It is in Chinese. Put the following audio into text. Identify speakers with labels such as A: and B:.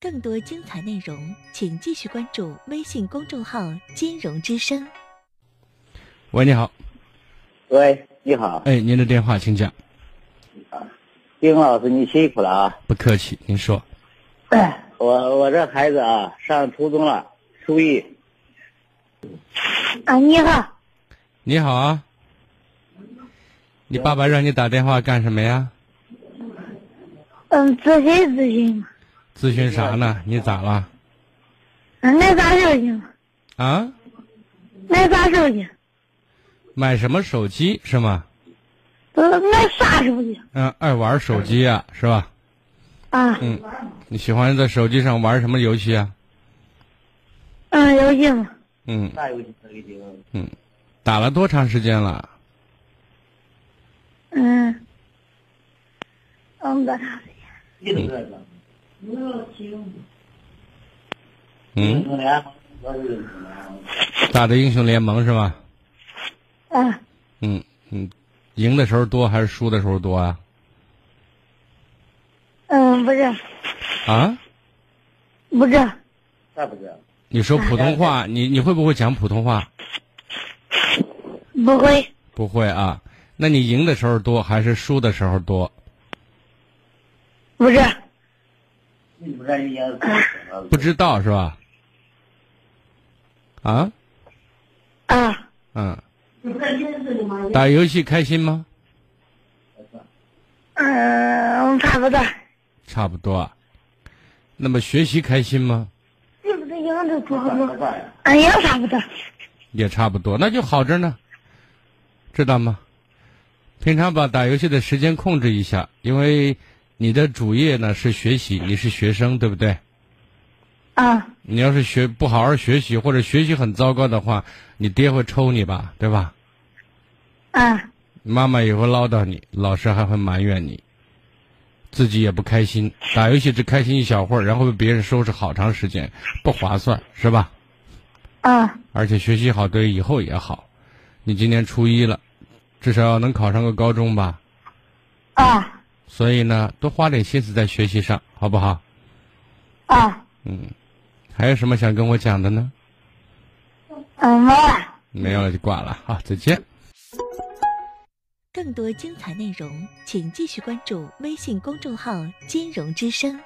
A: 更多精彩内容，请继续关注微信公众号“金融之声
B: 喂，你好，
C: 喂，你好，
B: 哎，您的电话请讲，
C: 丁老师，你辛苦了啊！
B: 不客气，您说，
C: 我我这孩子啊，上初中了，初一，
D: 啊，你好，
B: 你好啊，你爸爸让你打电话干什么呀？
D: 嗯，咨询咨询嘛，
B: 咨询啥呢？你咋了？
D: 嗯，那啥手机嘛，
B: 啊，
D: 那啥手机，
B: 买什么手机是吗？
D: 呃，那啥手机
B: 嗯，爱玩手机啊，是吧？
D: 啊？
B: 嗯，你喜欢在手机上玩什么游戏啊？
D: 嗯，游戏嘛，
B: 嗯
C: 那有已经
B: 嗯，打了多长时间了？
D: 嗯，嗯，多长时间？
C: 一个了，
B: 嗯，
C: 英联，我是英联
B: 打的英雄联盟是吧？
D: 啊，
B: 嗯嗯，赢的时候多还是输的时候多啊？
D: 嗯，不是，
B: 啊，
D: 不是，
C: 那不是，
B: 你说普通话，你你会不会讲普通话？
D: 不会，
B: 不会啊，那你赢的时候多还是输的时候多？
D: 不是，
C: 你不是也
B: 不知道是吧？啊，
D: 啊，
B: 嗯。打游戏开心吗？
D: 嗯，差不多，
B: 差不多啊。那么学习开心吗？
D: 是不是赢的多
C: 不
D: 吗？
C: 办？
D: 嗯，也差不多，
B: 也差不多，那就好着呢，知道吗？平常把打游戏的时间控制一下，因为你的主业呢是学习，你是学生，对不对？
D: 啊，
B: 你要是学不好好学习，或者学习很糟糕的话，你爹会抽你吧，对吧？
D: 啊，
B: 妈妈也会唠叨你，老师还会埋怨你，自己也不开心。打游戏只开心一小会儿，然后被别人收拾好长时间，不划算，是吧？
D: 啊，
B: 而且学习好对以后也好。你今年初一了，至少要能考上个高中吧。
D: 啊，
B: 所以呢，多花点心思在学习上，好不好？
D: 啊，
B: 嗯，还有什么想跟我讲的呢？
D: 嗯，没了。
B: 没有了就挂了，好，再见。”，
A: 更多精彩内容，请继续关注微信公众号“金融之声”。